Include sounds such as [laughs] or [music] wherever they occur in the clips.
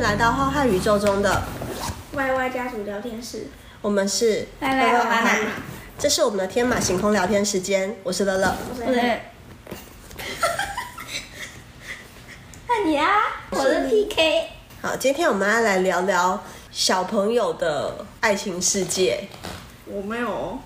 来到浩瀚宇宙中的， Y Y 家族聊天室，我们是拜乐拜乐我妈妈瀚这是我们的天马行空聊天时间，我是乐乐。我是那你啊，我的 PK，好，今天我们要来聊聊小朋友的爱情世界。我没有，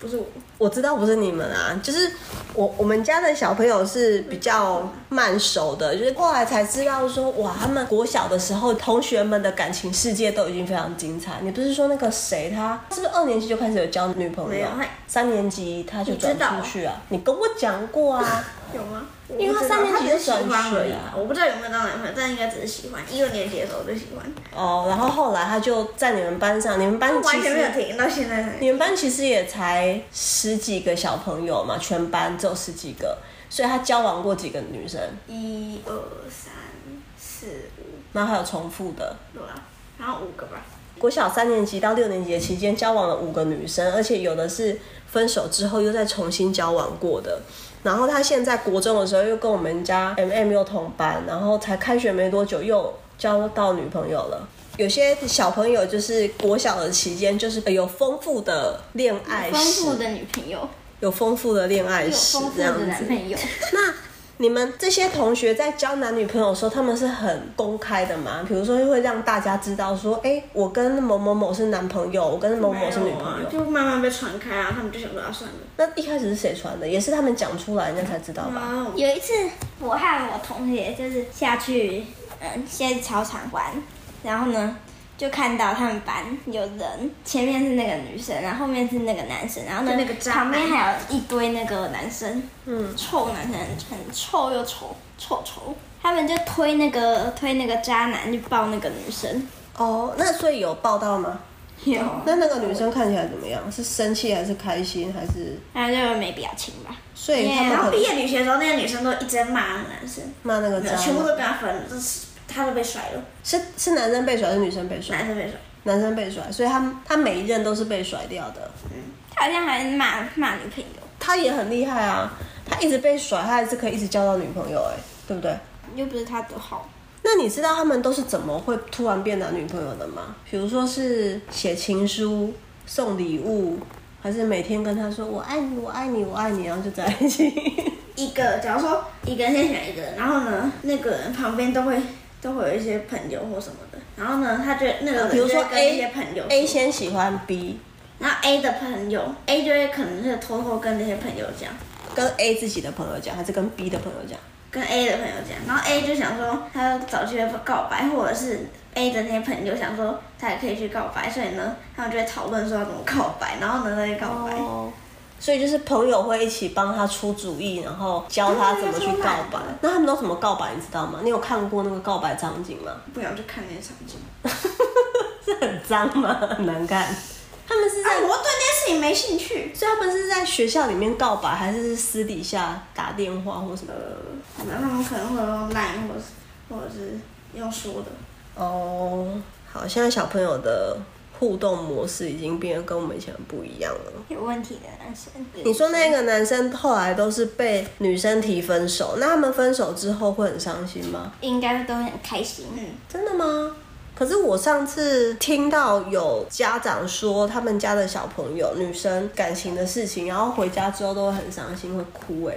不是我，我知道不是你们啊，就是我我们家的小朋友是比较慢熟的，就是过来才知道说，哇，他们国小的时候同学们的感情世界都已经非常精彩。你不是说那个谁他是不是二年级就开始有交女朋没友有他，三年级他就转你知道出去啊？你跟我讲过啊，有吗？因为他三年级就转学啊我不知道有没有当男朋友，但应该只是喜欢。一二年级的时候就喜 [laughs] 欢，哦，然后后来他就在你们班上，你们班其完全没有实停，到现在才。你们班其实也才十几个小朋友嘛，全班只有十几个，所以他交往过几个女生，一二三四五，然后还有重复的。对吧？然后五个吧。国小三年级到六年级的期间，交往了五个女生，而且有的是分手之后又再重新交往过的。然后他现在国中的时候又跟我们家 M M 又同班，然后才开学没多久又交到女朋友了。有些小朋友就是国小的期间，就是有丰富的恋爱丰富史，的女朋友，有丰富的恋爱有史丰富这样的男子。朋友，那你们这些同学在交男女朋友的时候，他们是很公开的吗？比如说会让大家知道说，哎、我跟某某某是男朋友，我跟某某是女朋没有友啊。就慢慢被传开啊，他们就想说啊，算了。那一开始是谁传的？也是他们讲出来，人家才知道吧？啊，有一次，我和我同学就是下去，嗯，先操场玩，然后呢，就看到他们班有人，前面是那个女生，然后后面是那个男生，然后呢，就那个渣男旁边还有一堆那个男生，嗯，臭男生，很臭又丑，臭臭。他们就推那个推那个渣男去抱那个女生，嗯哦，那所以有报道吗？有，那那个女生看起来怎么样？是生气还是开心还是？然后就没表情吧。所以他们然后很毕业旅行的时候，那个女生都一直在骂那个男生，骂那个渣全部男，都跟他分了，这是他都被甩了，是是男生被甩还是女生被甩？男生被甩。男生被甩，所以他他每一任都是被甩掉的。嗯他好像还骂骂女朋友，他也很厉害啊，他一直被甩，他还是可以一直交到女朋友、哎，对不对？又不是他的好，那你知道他们都是怎么会突然变男女朋友的吗？比如说是写情书、送礼物，还是每天跟他说“我爱你，我爱你，我爱你”，然后就在一起？ [laughs] 一个，假如说一个人先选一个，然后呢，那个人旁边都会都会有一些朋友或什么的，然后呢，他就那个人啊比如说就会跟一些 A 朋友 A 说先喜欢 B，然后 A 的朋友，A 就会可能是偷偷跟那些朋友讲，跟 A 自己的朋友讲，还是跟 B 的朋友讲？跟 A 的朋友讲，然后 A 就想说他要找机会告白，或者是 A 的那些朋友想说他也可以去告白，所以呢，他们就会讨论说要怎么告白，然后呢再告白。哦，所以就是朋友会一起帮他出主意，然后教他怎么去告白。那他们都怎么告白？你知道吗？你有看过那个告白场景吗？ [laughs] 不想去看那些场景，是很脏吗？很难看。他们是在哎，我对那些事情没兴趣，所以他们是在学校里面告白，还是私底下打电话或什么？那他呃们可能会用 line 或者是或者是用说的。哦，好，现在小朋友的互动模式已经变得跟我们以前不一样了。有问题的男生。你说那个男生后来都是被女生提分手，那他们分手之后会很伤心吗？应该都很开心，嗯，真的吗？可是我上次听到有家长说，他们家的小朋友女生感情的事情，然后回家之后都会很伤心，会哭哎、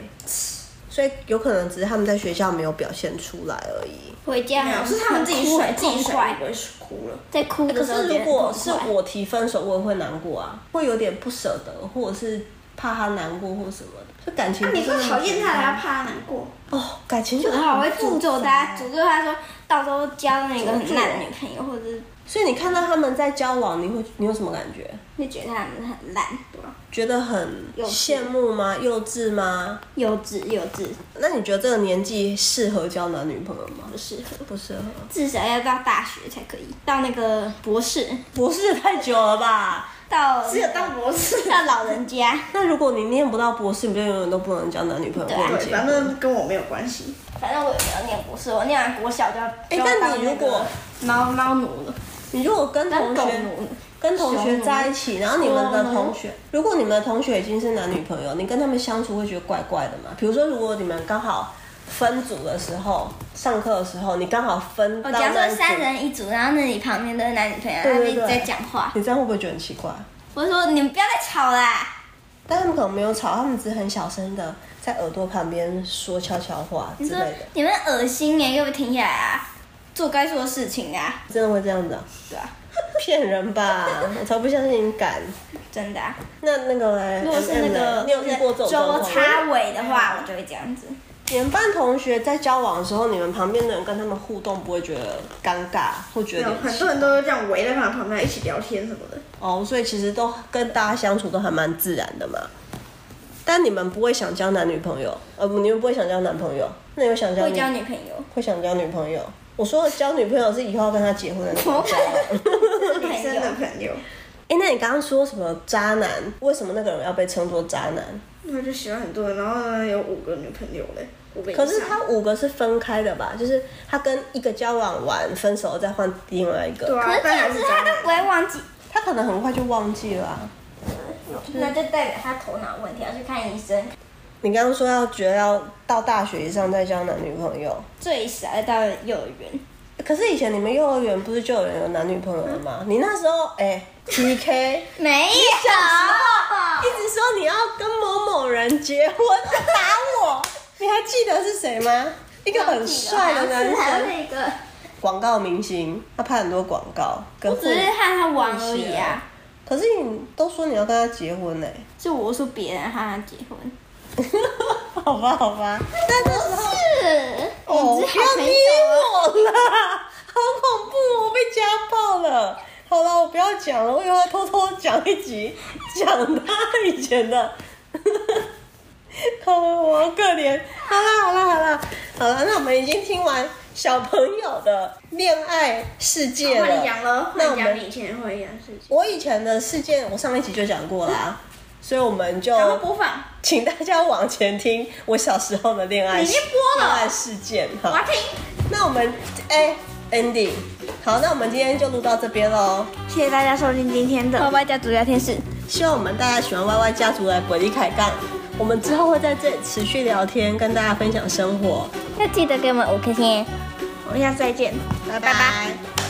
所以有可能只是他们在学校没有表现出来而已。回家没有，是他们自己甩自己甩，不会哭了。在哭可的时候是觉如得果很是快我提分手，我也会难过啊，会有点不舍得，或者是怕他难过或什么的。就感情那不你是那说么简讨单，厌他，还要怕他难过？哦，感情就我好会很复诅咒杂他，诅咒他说到时候交那个很烂的女朋友，或者是所以你看到他们在交往，你会你有什么感觉？会觉得他们很烂，对吧？觉得很幼稚羡慕吗？幼稚吗？幼稚幼稚，那你觉得这个年纪适合交男女朋友吗不？适合。不适合，至少要到大学才可以，到那个博士，博士也太久了吧？到只有当博士。到老人家，那如果你念不到博士，你就永远都不能交男女朋友，对啊不能对，结反婚。正跟我没有关系。反正我也没有念博士，我念完国小就要。哎但你如果猫猫奴了，你如果跟当同狗学奴了，跟同学在一起，然后你们的嗯同学，如果你们的同学已经是男女朋友，你跟他们相处会觉得怪怪的嘛？比如说，如果你们刚好分组的时候，上课的时候，你刚好分到我那哦假一如说组三人一组，然后那里旁边都是男女朋友，对对他们一直对在讲话。你这样会不会觉得很奇怪？我说你们不要再吵啦，但他们可能没有吵，他们只是很小声的在耳朵旁边说悄悄话之你类说的，你们恶心耶，给我停下来啊，做该做的事情啊，真的会这样子、啊？对啊，骗人吧！我才不相信你敢。真的、啊。那那个嘞，如果是那 MM 嘞个你有遇过这种状周况插吗？嗯尾的话，我就会这样子。你们班同学在交往的时候，你们旁边的人跟他们互动，不会觉得尴尬，会觉得有有点很多人都是这样围在旁边一起聊天什么的。哦，所以其实都跟大家相处都还蛮自然的嘛。但你们不会想交男女朋友，呃，不，你们不会想交男朋友，那你会想交会女交女朋友，会想交女朋友？我说的交女朋友是以后要跟他结婚的那种交往。 [laughs] 女生的朋友，哎、那你刚刚说什么渣男？为什么那个人要被称作渣男？他就喜欢很多人，然后呢有五个女朋友嘞，五个以上。可是他五个是分开的吧？就是他跟一个交往完分手，再换另外一对个，可啊是，这但样还子是渣他都男不会忘记，他可能很快就忘记了啊、那就代表他头脑有问题，要去看医生，你刚刚说要觉得要到大学以上再交男女朋友，最少到幼儿园。可是以前你们幼儿园不是就有人有男女朋友了吗？嗯你那时候哎、PK，没有，一直说你要跟某某人结婚，打我，你还记得是谁吗？一个很帅的男还有生，那个，广告明星，他拍很多广告，跟我只是混和他玩而已啊。可是你都说你要跟他结婚呢、欸就我说别人和他结婚，好吧，好吧，但那时候是，哦，你不只要是好逼朋友。我啦，好恐怖，我被家暴了。好了，我不要讲了，我以后要偷偷讲一集，讲他以前的。 [laughs] 好，我好可怜。好啦，好啦，好啦，好啦，那我们已经听完小朋友的恋爱世界换了你。讲了，那换我你们讲你以前会一样的事情。我以前的事件，我上一集就讲过啦、所以我们就然后播放，请大家往前听我小时候的恋爱你已经播了恋爱事件我哈要。听。那我们哎、ending，好，那我们今天就录到这边喽。谢谢大家收听今天的拜拜，家族聊天室，希望我们大家喜欢 YY 家族来伯利开杠，我们之后会在这里持续聊天，跟大家分享生活。要记得给我们五颗星。我们下次再见。拜拜。拜拜